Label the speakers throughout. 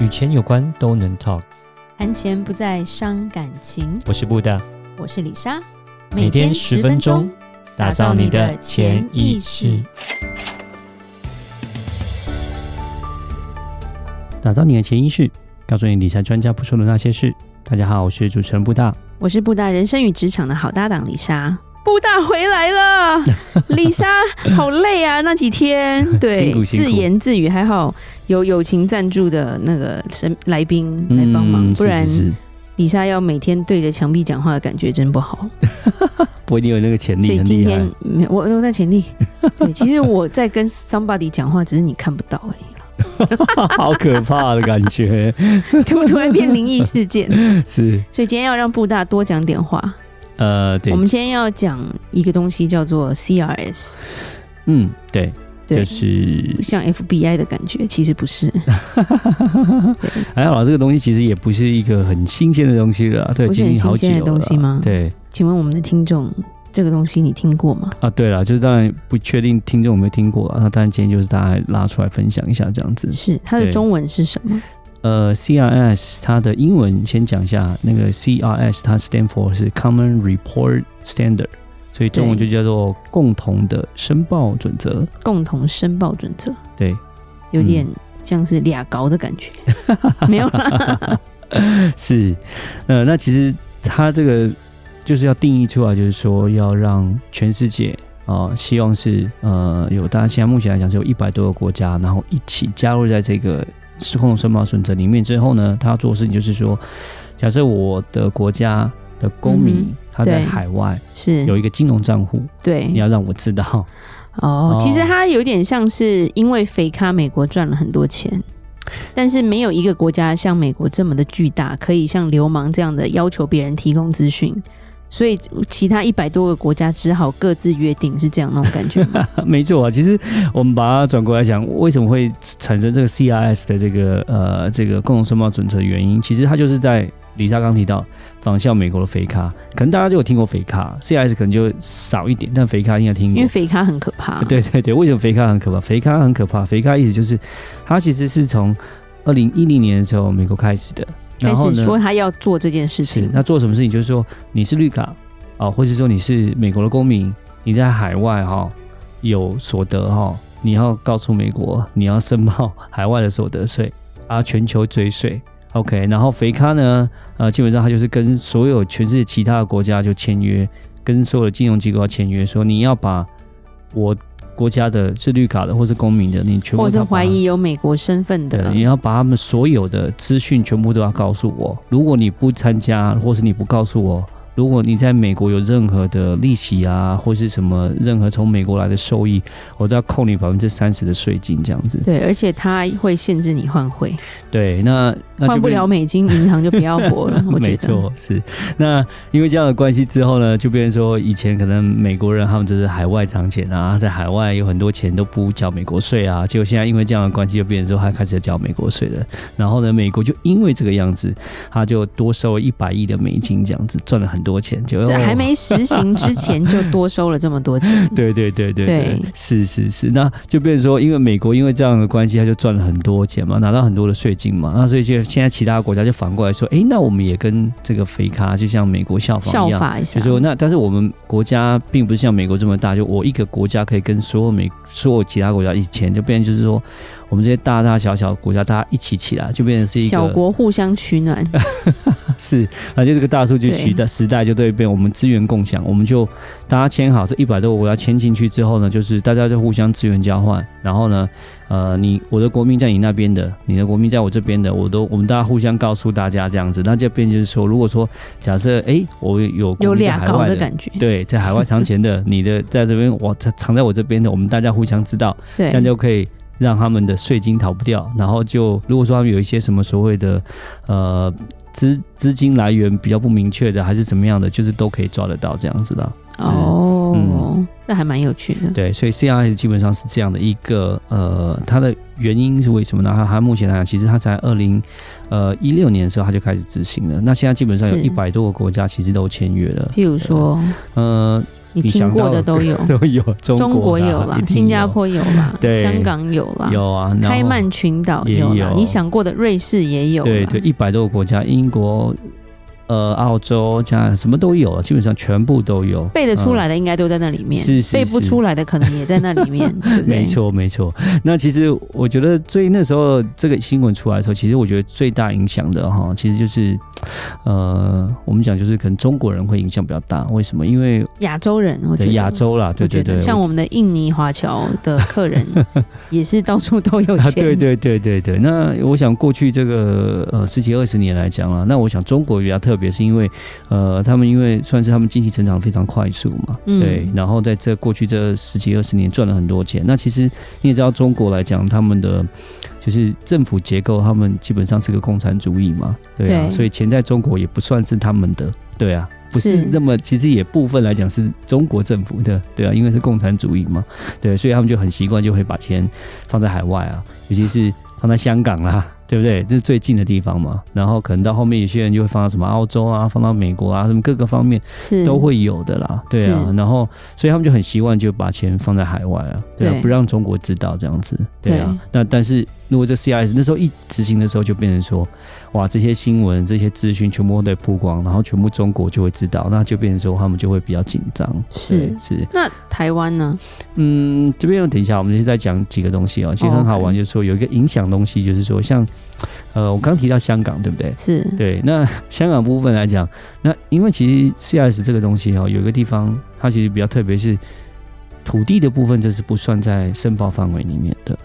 Speaker 1: 与钱有关都能 talk。
Speaker 2: 谈钱不再伤感情。
Speaker 1: 我是布大，
Speaker 2: 我是李莎，
Speaker 1: 每天十分钟，打造你的潜意识，。打造你的潜意识，告诉你理财专家不说的那些事。大家好，我是主持人布大。
Speaker 2: 我是布大人生与职场的好搭档李莎。布大回来 了，李莎好累啊！那几天对
Speaker 1: 辛苦辛苦
Speaker 2: 自言自语，还好有友情赞助的那个神来宾来帮忙，
Speaker 1: 嗯
Speaker 2: 不然
Speaker 1: 是是是
Speaker 2: 李莎要每天对着墙壁讲话的感觉真不好。
Speaker 1: 不一定有那个潜
Speaker 2: 所
Speaker 1: 力，
Speaker 2: 以
Speaker 1: 很
Speaker 2: 今
Speaker 1: 厉害
Speaker 2: 天。没有我我在潜力，对，其实我在跟 somebody 讲话，只是你看不到而已啦。
Speaker 1: 好可怕的感觉，
Speaker 2: 突突然变灵异事件，
Speaker 1: 是
Speaker 2: 所以今天要让布大多讲点话。
Speaker 1: 呃，对
Speaker 2: 我，们今天要讲一个东西叫做 CRS，
Speaker 1: 嗯，对，
Speaker 2: 对
Speaker 1: 就是
Speaker 2: 像 FBI 的感觉，其实不是。
Speaker 1: 还好啦，这个东西其实也不是一个很新鲜的东西了，对，
Speaker 2: 不是
Speaker 1: 经
Speaker 2: 很
Speaker 1: 历好久
Speaker 2: 新鲜
Speaker 1: 了
Speaker 2: 的东西吗
Speaker 1: 对
Speaker 2: 请问我们的听众，这个东西你听过吗？
Speaker 1: 啊，对了，就是当然不确定听众有没有听过啊，那当然今天就是大家拉出来分享一下这样子。
Speaker 2: 是它的
Speaker 1: 对
Speaker 2: 中文是什么？
Speaker 1: 呃，CRS 它的英文先讲一下，那个 CRS 它 stand for 是 Common Report Standard，所以中文就
Speaker 2: 对
Speaker 1: 叫做共同的申报准则。
Speaker 2: 共同申报准则，
Speaker 1: 对，
Speaker 2: 有点
Speaker 1: 嗯
Speaker 2: 像是俩搞的感觉，没有 啦。
Speaker 1: 是，呃，那其实它这个就是要定义出来，就是说要让全世界啊、呃希望是呃有大家现在目前来讲是有一百多个国家，然后一起加入在这个失控申报准则里面之后呢，他要做的事情就是说，假设我的国家的公民、
Speaker 2: 嗯
Speaker 1: 他在
Speaker 2: 对
Speaker 1: 海外
Speaker 2: 是
Speaker 1: 有一个金融账户，
Speaker 2: 对
Speaker 1: 你要让我知道，
Speaker 2: 哦
Speaker 1: 哦，
Speaker 2: 其实它有点像是因为肥咖美国赚了很多钱，但是没有一个国家像美国这么的巨大，可以像流氓这样的要求别人提供资讯，所以其他一百多个国家只好各自约定，是这样那种感 觉吗？
Speaker 1: 没错啊，其实我们把它转过来讲，为什么会产生这个 CRS 的这个呃这个共同申报准则的原因，其实它就是在李莎刚提到仿效美国的肥咖，可能大家就有听过肥咖，CRS 可能就少一点，但肥咖应该听
Speaker 2: 因
Speaker 1: 过
Speaker 2: 为。肥咖很可怕，
Speaker 1: 嗯 对对对，为什么肥咖很可怕？肥咖很可怕，肥咖意思就是它其实是从二零一零年的时候美国开始的，然
Speaker 2: 开
Speaker 1: 后
Speaker 2: 始
Speaker 1: 呢
Speaker 2: 说他要做这件事
Speaker 1: 是
Speaker 2: 情，
Speaker 1: 那做什么事情，就是说你是绿卡啊、或是说你是美国的公民，你在海外哈、有所得哈、你要告诉美国你要申报海外的所得税啊，全球追税。OK，然后肥咖呢，呃，基本上它就是跟所有全世界其他的国家就签约，跟所有的金融机构要签约，说你要把我国家的是绿卡的或是公民的，你全部
Speaker 2: 或
Speaker 1: 都
Speaker 2: 者是
Speaker 1: 要把它
Speaker 2: 怀疑有美国身份
Speaker 1: 对
Speaker 2: 的，
Speaker 1: 你要把他们所有的资讯全部都要告诉我。如果你不参加，或是你不告诉我，如果你在美国有任何的利息啊，或是什么任何从美国来的收益，我都要扣你百分之三十的税金，这样子。
Speaker 2: 对，而且他会限制你换汇，
Speaker 1: 对，那那就
Speaker 2: 换不
Speaker 1: 变，
Speaker 2: 了美金，银行就不要活 了我
Speaker 1: 没
Speaker 2: 觉得。
Speaker 1: 错，是那因为这样的关系之后呢，就变成说以前可能美国人他们就是海外藏钱啊，在海外有很多钱都不缴美国税啊，结果现在因为这样的关系，就变成说他开始缴美国税了。然后呢，美国就因为这个样子，他就多收了一百亿的美金，这样子赚了很多钱，就是
Speaker 2: 还。没实行之前就多收了这么
Speaker 1: ，
Speaker 2: 多钱
Speaker 1: 对对对对对
Speaker 2: 对，
Speaker 1: 是是是，那就变成说，因为美国因为这样的关系，他就赚了很多钱嘛，拿到很多的税金嘛，那所以就现在其他国家就反过来说，诶，那我们也跟这个肥咖，就像美国效仿
Speaker 2: 效
Speaker 1: 一样，
Speaker 2: 法一
Speaker 1: 就
Speaker 2: 下。
Speaker 1: 是说那但是我们国家并不是像美国这么大，就我一个国家可以跟所有美所有其他国家一起签，就变成就是说我们这些大大小小的国家大家一起起来，就变成是一个
Speaker 2: 小国互相取 暖，
Speaker 1: 是，那就这个大数据
Speaker 2: 对
Speaker 1: 时代时代就对变，我们资源共享，我们就大家签好这一百多个国家签进去之后呢，就是大家就互相资源交换，然后呢，呃，你我的国民在你那边的，你的国民在我这边的，我都我们大家互相告诉大家这样子，那就变成就是说，如果说假设诶，我有国
Speaker 2: 有
Speaker 1: 民在
Speaker 2: 俩
Speaker 1: 海
Speaker 2: 高
Speaker 1: 外
Speaker 2: 的
Speaker 1: 的。
Speaker 2: 感觉，
Speaker 1: 对，在海外藏钱的，你的在这边，我藏藏在我这边的，我们大家互相知道，
Speaker 2: 对
Speaker 1: 这样就可以让他们的税金逃不掉。然后就如果说他们有一些什么所谓的呃资资金来源比较不明确的，还是怎么样的，就是都可以抓得到这样子的。是
Speaker 2: 哦
Speaker 1: 嗯，
Speaker 2: 这还蛮有趣的。
Speaker 1: 对，所以 CRS 基本上是这样的一个呃，它的原因是为什么呢？它它目前来讲，其实它才二零呃一六年的时候它就开始执行了。那现在基本上有
Speaker 2: 是
Speaker 1: 一百多个国家其实都签约了。
Speaker 2: 譬如说，
Speaker 1: 呃，
Speaker 2: 你听
Speaker 1: 想
Speaker 2: 过
Speaker 1: 到，
Speaker 2: 的都有
Speaker 1: 都有，中
Speaker 2: 中国
Speaker 1: 啦
Speaker 2: 有啦
Speaker 1: 一，定
Speaker 2: 新加
Speaker 1: 有
Speaker 2: 坡有啦，
Speaker 1: 对
Speaker 2: 香港有啦，
Speaker 1: 有啊，然
Speaker 2: 开
Speaker 1: 后
Speaker 2: 曼群岛
Speaker 1: 也
Speaker 2: 啦，
Speaker 1: 有
Speaker 2: 你想过的瑞士也有啦，
Speaker 1: 对对，一百多个国家，英国、呃、澳洲、加拿大什么都有，基本上全部都有
Speaker 2: 背得出、
Speaker 1: 嗯
Speaker 2: 来的应该都在那里面，
Speaker 1: 是是
Speaker 2: 背不
Speaker 1: 是
Speaker 2: 出来的可能也在那里面，对不对？
Speaker 1: 没，错，没错。那其实我觉得最那时候这个新闻出来的时候，其实我觉得最大影响的哈，其实就是呃，我们讲就是可能中国人会影响比较大。为什么？因为
Speaker 2: 亚洲人，我觉
Speaker 1: 对
Speaker 2: 得
Speaker 1: 亚。洲啦，对对
Speaker 2: 我觉
Speaker 1: 对，
Speaker 2: 得像我们的印尼华侨的 客人也是到处都有
Speaker 1: 啊，
Speaker 2: 钱，
Speaker 1: 对对对对对。那我想过去这个呃十几二十年来讲啊，那我想中国比较特别，是因为呃他们因为算是他们经济成长非常快速嘛，
Speaker 2: 嗯
Speaker 1: 对，然后在这过去这十几二十年赚了很多钱。那其实你也知道，中国来讲，他们的就是政府结构，他们基本上是个共产主义嘛，对啊，
Speaker 2: 对
Speaker 1: 所以钱在中国也不算是他们的，对啊。不是
Speaker 2: 是
Speaker 1: 那么，其实也部分来讲是中国政府的，对啊，因为是共产主义嘛，对，所以他们就很习惯就会把钱放在海外啊，尤其是放在香港啦，对不对？这是最近的地方嘛。然后可能到后面有些人就会放到什么澳洲啊，放到美国啊，什么各个方面
Speaker 2: 是
Speaker 1: 都会有的啦，对啊。
Speaker 2: 嗯是
Speaker 1: 然后所以他们就很习惯就把钱放在海外啊，对啊，
Speaker 2: 对
Speaker 1: 不让中国知道这样子，对啊。
Speaker 2: 对
Speaker 1: 那但是如果这 CIS 那时候一执行的时候，就变成说，哇，这些新闻、这些资讯全部都得曝光，然后全部中国就会知道，那就变成说他们就会比较紧张，对
Speaker 2: 是
Speaker 1: 是。
Speaker 2: 那台湾呢？
Speaker 1: 嗯，这边等一下，我们就是再讲几个东西哦，其实很好
Speaker 2: 哦
Speaker 1: 玩，就是说有一个影响东西，就是说像，呃，我刚提到香港，对不对？
Speaker 2: 是
Speaker 1: 对，那香港部分来讲，那因为其实 CIS 这个东西哦，有一个地方它其实比较特别，是土地的部分，这是不算在申报范围里面的。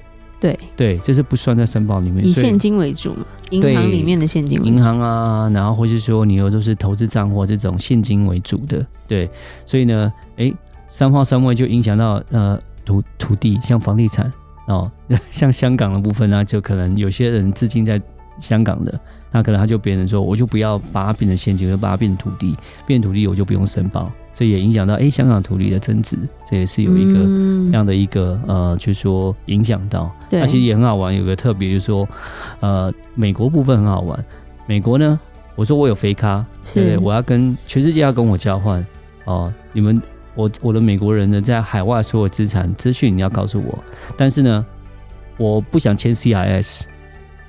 Speaker 2: 对，
Speaker 1: 对，这是不算在申报里面，
Speaker 2: 以
Speaker 1: 所以
Speaker 2: 现金为主嘛，银
Speaker 1: 对
Speaker 2: 行里面的现金为主
Speaker 1: 银行啊，然后或是说你有都是投资账户这种现金为主的，对，所以呢，诶，三化三位就影响到呃土土地，像房地产哦， 像香港的部分呢、啊就可能有些人资金在香港的，那可能他就别人说，我就不要把它变成现金，我就把它变成土地，变成土地我就不用申报，所以也影响到诶香港土地的增值，这也是有一个。
Speaker 2: 嗯
Speaker 1: 这样的一个呃，就是说影响到，
Speaker 2: 对
Speaker 1: 那其实也很好玩。有个特别就是说，呃，美国部分很好玩。美国呢，我说我有肥咖，对不对
Speaker 2: 是
Speaker 1: 呃我要跟全世界要跟我交换哦、你们我我的美国人呢，在海外所有资产资讯你要告诉我，但是呢，我不想签 CIS，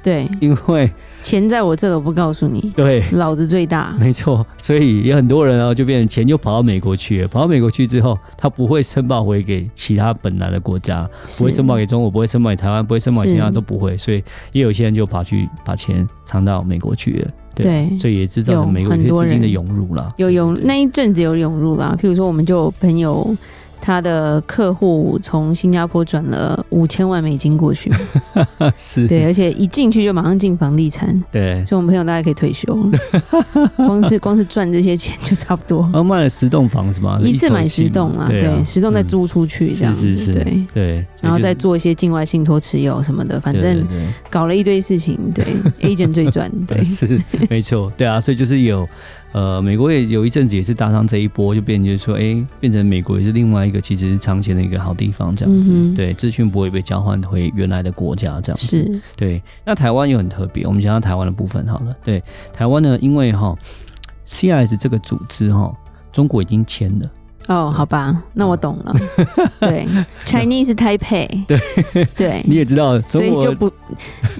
Speaker 2: 对
Speaker 1: 因 为
Speaker 2: 钱在我这，我不告诉你，
Speaker 1: 对。
Speaker 2: 老子最大。
Speaker 1: 没错，所以有很多人啊，就变成钱就跑到美国去了。跑到美国去之后，他不会申报回给其他本来的国家，不会
Speaker 2: 是
Speaker 1: 申报给中国，不会申报给台湾，不会申报给其他
Speaker 2: 是
Speaker 1: 都不会，所以也有些人就跑去把钱藏到美国去了，
Speaker 2: 对，
Speaker 1: 所以也制造
Speaker 2: 有
Speaker 1: 成美国一
Speaker 2: 很
Speaker 1: 些
Speaker 2: 多
Speaker 1: 资金的
Speaker 2: 人
Speaker 1: 涌入啦。
Speaker 2: 嗯有涌
Speaker 1: 对
Speaker 2: 那一阵子有涌入啦。譬如说，我们就有朋友他的客户从新加坡转了五千万美金 过去，
Speaker 1: 对 是，
Speaker 2: 对，而且一进去就马上进房地产，
Speaker 1: 对，
Speaker 2: 所以我们朋友大概可以退休了， 光是光是赚这些钱就差不多。
Speaker 1: 然后哦卖了十栋房子嘛，
Speaker 2: 一次
Speaker 1: 啊口
Speaker 2: 买
Speaker 1: 气
Speaker 2: 十栋
Speaker 1: 嘛
Speaker 2: 啊，
Speaker 1: 对啊
Speaker 2: 对，十栋再
Speaker 1: 嗯
Speaker 2: 租出去这样
Speaker 1: 是是
Speaker 2: 子，
Speaker 1: 是
Speaker 2: 对，
Speaker 1: 对，所以
Speaker 2: 然后
Speaker 1: 就
Speaker 2: 再
Speaker 1: 是
Speaker 2: 做一些境外信托持有什么的，反
Speaker 1: 对对
Speaker 2: 正
Speaker 1: 对，
Speaker 2: 搞了一堆事情，对，agent 最赚，对
Speaker 1: 是没错，对啊，所以就是有，呃，美国也有一阵子也是搭上这一波，就变成就是说，哎、变成美国也是另外一个其实是长钱的一个好地方，这样子，
Speaker 2: 嗯哼
Speaker 1: 对，资讯不会被交换回原来的国家这样子，
Speaker 2: 是
Speaker 1: 对。那台湾又很特别，我们讲到台湾的部分好了，对，台湾呢，因为哈，CIS 这个组织哈，中国已经签了，
Speaker 2: 哦，好吧，那我懂 了，对，Chinese Taipei，对对，
Speaker 1: 你也知道
Speaker 2: 所
Speaker 1: 中
Speaker 2: 以
Speaker 1: 国
Speaker 2: 就不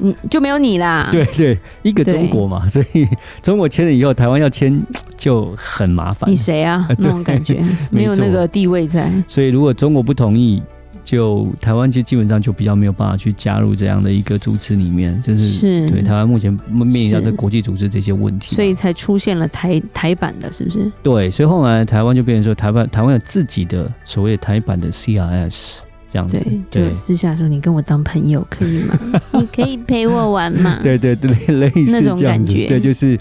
Speaker 2: 你就没有你啦，
Speaker 1: 对对，一个
Speaker 2: 对
Speaker 1: 中国嘛，所以中国签了以后，台湾要签就很麻烦
Speaker 2: 你。谁啊？那种感觉没有
Speaker 1: 没错
Speaker 2: 那个地位在，
Speaker 1: 所以如果中国不同意，就台湾就基本上就比较没有办法去加入这样的一个组织里面，就是
Speaker 2: 是
Speaker 1: 对台湾目前面临到
Speaker 2: 是
Speaker 1: 这国际组织这些问题嘛，
Speaker 2: 所以才出现了台台版的，是不是？
Speaker 1: 对，所以后来台湾就变成说，台湾台湾有自己的所谓的台版的 CRS 这样子，
Speaker 2: 对，
Speaker 1: 对
Speaker 2: 就私下说你跟我当朋友可以 吗？你可以陪我玩吗？
Speaker 1: 对对对， 类似
Speaker 2: 那种
Speaker 1: 这样子
Speaker 2: 感，觉
Speaker 1: 对，就是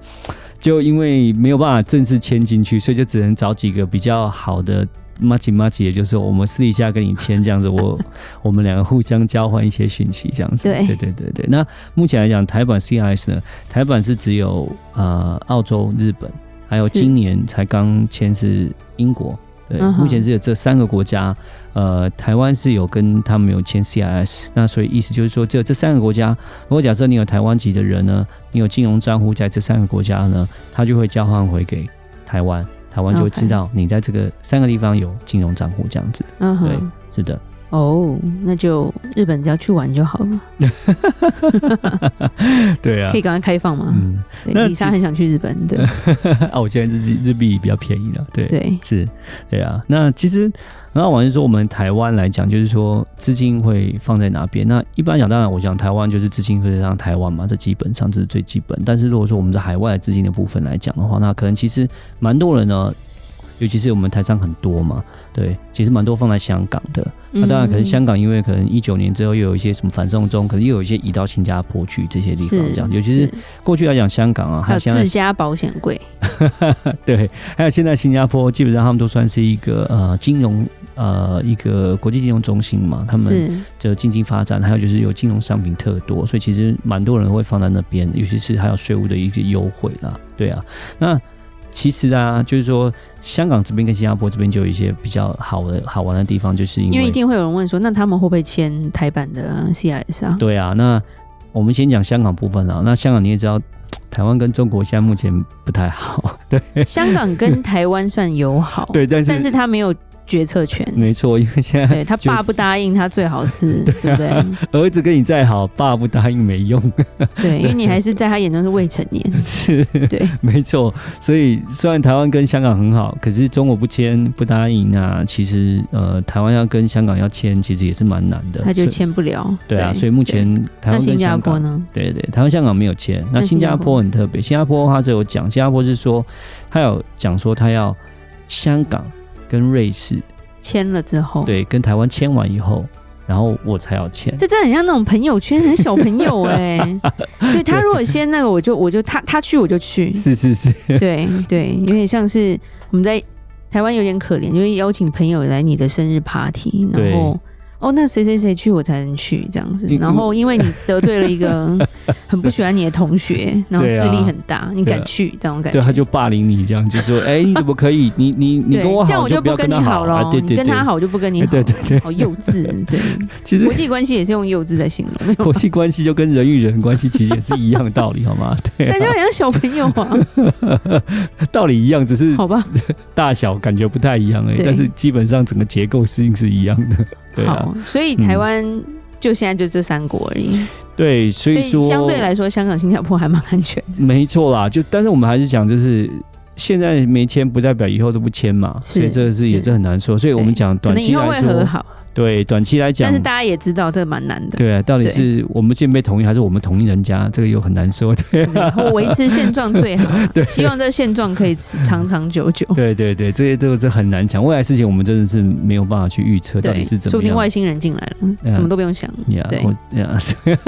Speaker 1: 就因为没有办法正式签进去，所以就只能找几个比较好的。马吉马吉，也就是我们私底下跟你签这样子，我 我们两个互相交换一些讯息这样子。
Speaker 2: 对
Speaker 1: 对对对对那目前来讲，台版 CIS 呢，台版是只有呃澳洲、日本，还有
Speaker 2: 是
Speaker 1: 今年才刚签是英国。对，
Speaker 2: 嗯哼
Speaker 1: 目前只有这三个国家，呃，台湾是有跟他们有签 CIS，那所以意思就是说，只有这三个国家如果假设你有台湾籍的人呢，你有金融账户在这三个国家呢，他就会交换回给台湾。台湾就会
Speaker 2: OK
Speaker 1: 知道你在这个三个地方有金融账户这样子。
Speaker 2: 嗯
Speaker 1: 对
Speaker 2: 哼，
Speaker 1: 是的，
Speaker 2: 哦，那就日本只要去玩就好了，
Speaker 1: 对啊
Speaker 2: 可以赶快开放吗？
Speaker 1: 嗯， 那
Speaker 2: 对，李莎
Speaker 1: 其
Speaker 2: 很想去日本，对
Speaker 1: 啊，我现在日币日币比较便宜了，对，
Speaker 2: 对，
Speaker 1: 是，对啊。那其实很好玩，是说我们台湾来讲，就是说资金会放在哪边。那一般讲，当然我想台湾就是资金会让台湾嘛，这基本上这是最基本。但是如果说我们在海外资金的部分来讲的话，那可能其实蛮多人呢，尤其是我们台商很多嘛，对，其实蛮多放在香港的。那啊当然，
Speaker 2: 嗯
Speaker 1: 可能香港因为可能一九年之后又有一些什么反送中，可能又有一些移到新加坡去这些
Speaker 2: 嗯
Speaker 1: 地
Speaker 2: 是
Speaker 1: 方，这样。尤其是
Speaker 2: 是
Speaker 1: 过去来讲，香港啊，还
Speaker 2: 还有
Speaker 1: 有现在
Speaker 2: 自家保险柜，
Speaker 1: 对，还有现在新加坡基本上他们都算是一个呃金融呃一个国际金融中心嘛，他们
Speaker 2: 是
Speaker 1: 的经济发展，还有就是有金融商品特多，所以其实蛮多人会放在那边，尤其是还有税务的一些优惠啦，对啊，那。其实啊，就是说，香港这边跟新加坡这边就有一些比较好的好玩的地方，就是因为
Speaker 2: 因为一定会有人问说，那他们会不会签台版的 CIS 啊？
Speaker 1: 对啊，那我们先讲香港部分啊。那香港你也知道，台湾跟中国现在目前不太
Speaker 2: 哦
Speaker 1: 好，对
Speaker 2: 香港跟台湾算友好，
Speaker 1: 对，但是
Speaker 2: 但是他没有决策权，
Speaker 1: 没错，因为现在
Speaker 2: 对他
Speaker 1: 就是啊
Speaker 2: 爸不答应，他最好 是，对不对？
Speaker 1: 儿子跟你再好，爸不答应没 用，
Speaker 2: 对，因为你还是在他眼中是未成年，
Speaker 1: 是
Speaker 2: 对，
Speaker 1: 没错。所以虽然台湾跟香港很好，可是中国不签不答应啊，其实呃，台湾要跟香港要签，其实也是蛮难的。
Speaker 2: 他就
Speaker 1: 所以
Speaker 2: 签不了。
Speaker 1: 啊对啊，所以目前台
Speaker 2: 那
Speaker 1: 湾
Speaker 2: 新
Speaker 1: 跟
Speaker 2: 加
Speaker 1: 香
Speaker 2: 坡
Speaker 1: 港，
Speaker 2: 呢？
Speaker 1: 对对，台湾香港没有签。那
Speaker 2: 那
Speaker 1: 新
Speaker 2: 新
Speaker 1: 加
Speaker 2: 加坡
Speaker 1: 坡很特别，新加坡它只有讲，新加坡是说它有讲说它要香港跟瑞士，
Speaker 2: 签了之后，，
Speaker 1: 对，跟台湾签完以后，然后我才要签。
Speaker 2: 这真的很像那种朋友圈，很小朋友 哎、对他如果先那个，我就我就他他去我就 去，
Speaker 1: 是是是，
Speaker 2: 对对，有点像是我们在台湾有点可怜，就是邀请朋友来你的生日 party，
Speaker 1: 对嗯
Speaker 2: 然后哦，那谁谁谁去我才能去这样子
Speaker 1: 因，
Speaker 2: 然后因为你得罪了一 个很不喜欢你的同学，然后
Speaker 1: 对
Speaker 2: 势
Speaker 1: 啊
Speaker 2: 力很大，你
Speaker 1: 对啊
Speaker 2: 敢去这种感
Speaker 1: 对，
Speaker 2: 觉
Speaker 1: 他。就霸凌你这样，就说：“哎、你怎么可以？你你你
Speaker 2: 对，
Speaker 1: 跟我
Speaker 2: 这样
Speaker 1: 好，
Speaker 2: 我
Speaker 1: 就
Speaker 2: 就
Speaker 1: 不要
Speaker 2: 跟
Speaker 1: 跟
Speaker 2: 你
Speaker 1: 他
Speaker 2: 好
Speaker 1: 了。
Speaker 2: 了
Speaker 1: 啊，对对
Speaker 2: 你
Speaker 1: 对，
Speaker 2: 跟他好就不跟你
Speaker 1: 哎
Speaker 2: 好，
Speaker 1: 对对对，
Speaker 2: 好幼稚。 对，
Speaker 1: 其实
Speaker 2: 国际关系也是用幼稚在形容，没有
Speaker 1: 国际关系就跟人与人关系其实也是一样道理，好 吗？对、
Speaker 2: 大家很像小朋友啊，
Speaker 1: 啊， 道理一样，只是
Speaker 2: 好吧？
Speaker 1: 大小感觉不太一样而已，
Speaker 2: 对
Speaker 1: 但是基本上整个结构适应是一样 的。对啊，
Speaker 2: 好，所以台湾就现在就这三国而已。
Speaker 1: 对，嗯所以
Speaker 2: 所
Speaker 1: 说
Speaker 2: 以相对来说，香港、新加坡还蛮安全。
Speaker 1: 没错啦，就但是我们还是讲，就是现在没签，不代表以后都不签嘛，
Speaker 2: 是
Speaker 1: 所以这个是
Speaker 2: 是
Speaker 1: 也是很难说。所以我们讲
Speaker 2: 可
Speaker 1: 短
Speaker 2: 能
Speaker 1: 期
Speaker 2: 以后会
Speaker 1: 来
Speaker 2: 和
Speaker 1: 说，
Speaker 2: 好，
Speaker 1: 对短期来
Speaker 2: 但
Speaker 1: 讲
Speaker 2: 是，大家也知道这蛮难的。
Speaker 1: 对啊，到底
Speaker 2: 对
Speaker 1: 是我们先被同意，还是我们同意人家？这个又很难说。 对
Speaker 2: 对
Speaker 1: 啊，
Speaker 2: 我维持现状最好，
Speaker 1: 对
Speaker 2: 希望这现状可以长长久久。
Speaker 1: 对对对，这些都是很难讲。未来事情我们真的是没有办法去预测到底
Speaker 2: 对，
Speaker 1: 是怎
Speaker 2: 说不
Speaker 1: 么
Speaker 2: 定
Speaker 1: 样。
Speaker 2: 外星人进来了，
Speaker 1: 嗯
Speaker 2: 什么都不用想。
Speaker 1: 呀
Speaker 2: 对
Speaker 1: 我呀，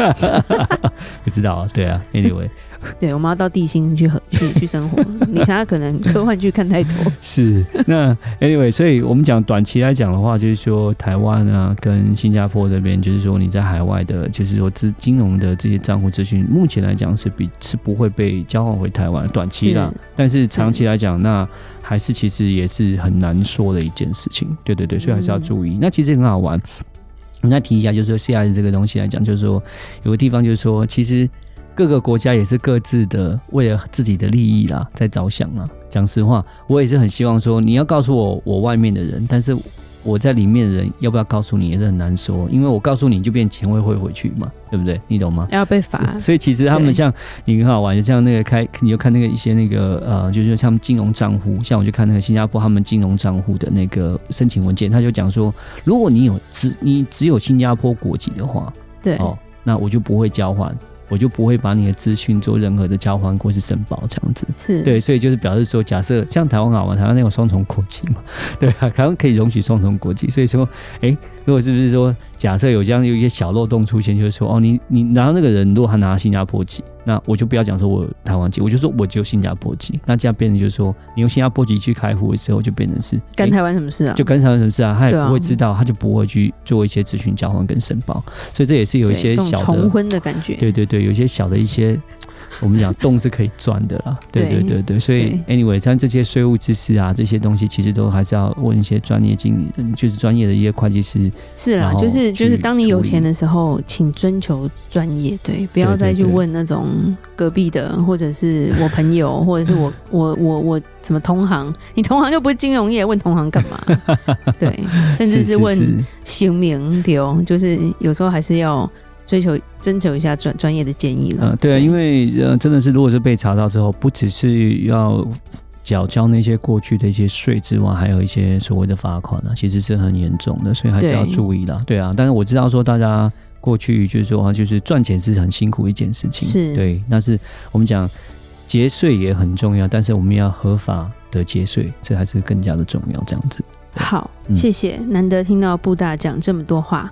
Speaker 1: 不知道啊，对啊，anyway，
Speaker 2: 对，我们要到地心去和去去生活。你想，他可能科幻剧看太多，
Speaker 1: 是那 anyway，所以我们讲短期来讲的话，就是说台湾啊跟新加坡这边，就是说你在海外的，就是说资金融的这些账户资讯，目前来讲是比是不会被交换回台湾，短期啦
Speaker 2: 是，
Speaker 1: 但是长期来讲，那还是其实也是很难说的一件事情。对对对，所以还是要注意。那其实很好玩。那提一下，就是说 CIS 这个东西来讲，就是说有个地方就是说，其实各个国家也是各自的为了自己的利益啦，在着想啊。讲实话，我也是很希望说，你要告诉我我外面的人，但是我在里面的人要不要告诉你也是很难说，因为我告诉你就变钱会汇回去嘛，对不对？你懂吗？
Speaker 2: 要被罚。
Speaker 1: 所以其实他们
Speaker 2: 对
Speaker 1: 像你很好玩，像那个开，你就看那个一些那个呃，就是像金融账户，像我就看那个新加坡他们金融账户的那个申请文件，他就讲说，如果你有只你只有新加坡国籍的话，
Speaker 2: 对，
Speaker 1: 哦，那我就不会交换，我就不会把你的资讯做任何的交换或是申报这样子。
Speaker 2: 是，
Speaker 1: 对，所以就是表示说，假设像台湾好嘛，台湾那种双重国籍嘛，对啊，台湾可以容许双重国籍，所以说，哎、如果是不是说，假设有这样有一些小漏洞出现，就是说，哦，你你然后那个人如果他拿新加坡籍，那我就不要讲说我有台湾籍，我就说我只有新加坡籍，那这样变成就是说，你用新加坡籍去开户的时候，就变成是
Speaker 2: 干
Speaker 1: 诶
Speaker 2: 台湾什么事啊？
Speaker 1: 就跟上什么事啊，他也
Speaker 2: 对啊
Speaker 1: 不会知道，他就不会去做一些资讯交换跟申报，所以这也是有一
Speaker 2: 对
Speaker 1: 些
Speaker 2: 这种
Speaker 1: 小
Speaker 2: 重
Speaker 1: 的，
Speaker 2: 婚的感觉。
Speaker 1: 对对对，有一些小的一些我们讲动是可以赚的啦。对对
Speaker 2: 对
Speaker 1: 对对，所以 anyway，像这些税务知识啊，这些东西其实都还是要问一些专业经理人，就是专业的一些会计师。
Speaker 2: 是啦
Speaker 1: 然，后
Speaker 2: 就是就是，
Speaker 1: 去
Speaker 2: 当你有
Speaker 1: 处理嗯
Speaker 2: 钱的时候，请追求专业，对，不
Speaker 1: 对
Speaker 2: 要
Speaker 1: 对
Speaker 2: 再去
Speaker 1: 对
Speaker 2: 问那种隔壁的，或者 是我朋友，或者是我我我我什么同行，你同行就不是金融业，问同行干嘛？ 对，甚至是问
Speaker 1: 是
Speaker 2: 姓名对哦，就是有时候还是要追求征求一下专专业的建议了。
Speaker 1: 呃，对啊，因为呃，真的是，如果是被查到之后，不只是要缴交那些过去的一些税之外，还有一些所谓的罚款啊，其实是很严重的，所以还是
Speaker 2: 对
Speaker 1: 要注意啦。对啊，但是我知道说大家过去就是说啊，就是赚钱是很辛苦一件事情，
Speaker 2: 是
Speaker 1: 对，但是我们讲节税也很重要，但是我们要合法的节税，这还是更加的重要，这样子。
Speaker 2: 好，
Speaker 1: 嗯
Speaker 2: 谢谢，难得听到布大讲这么多话。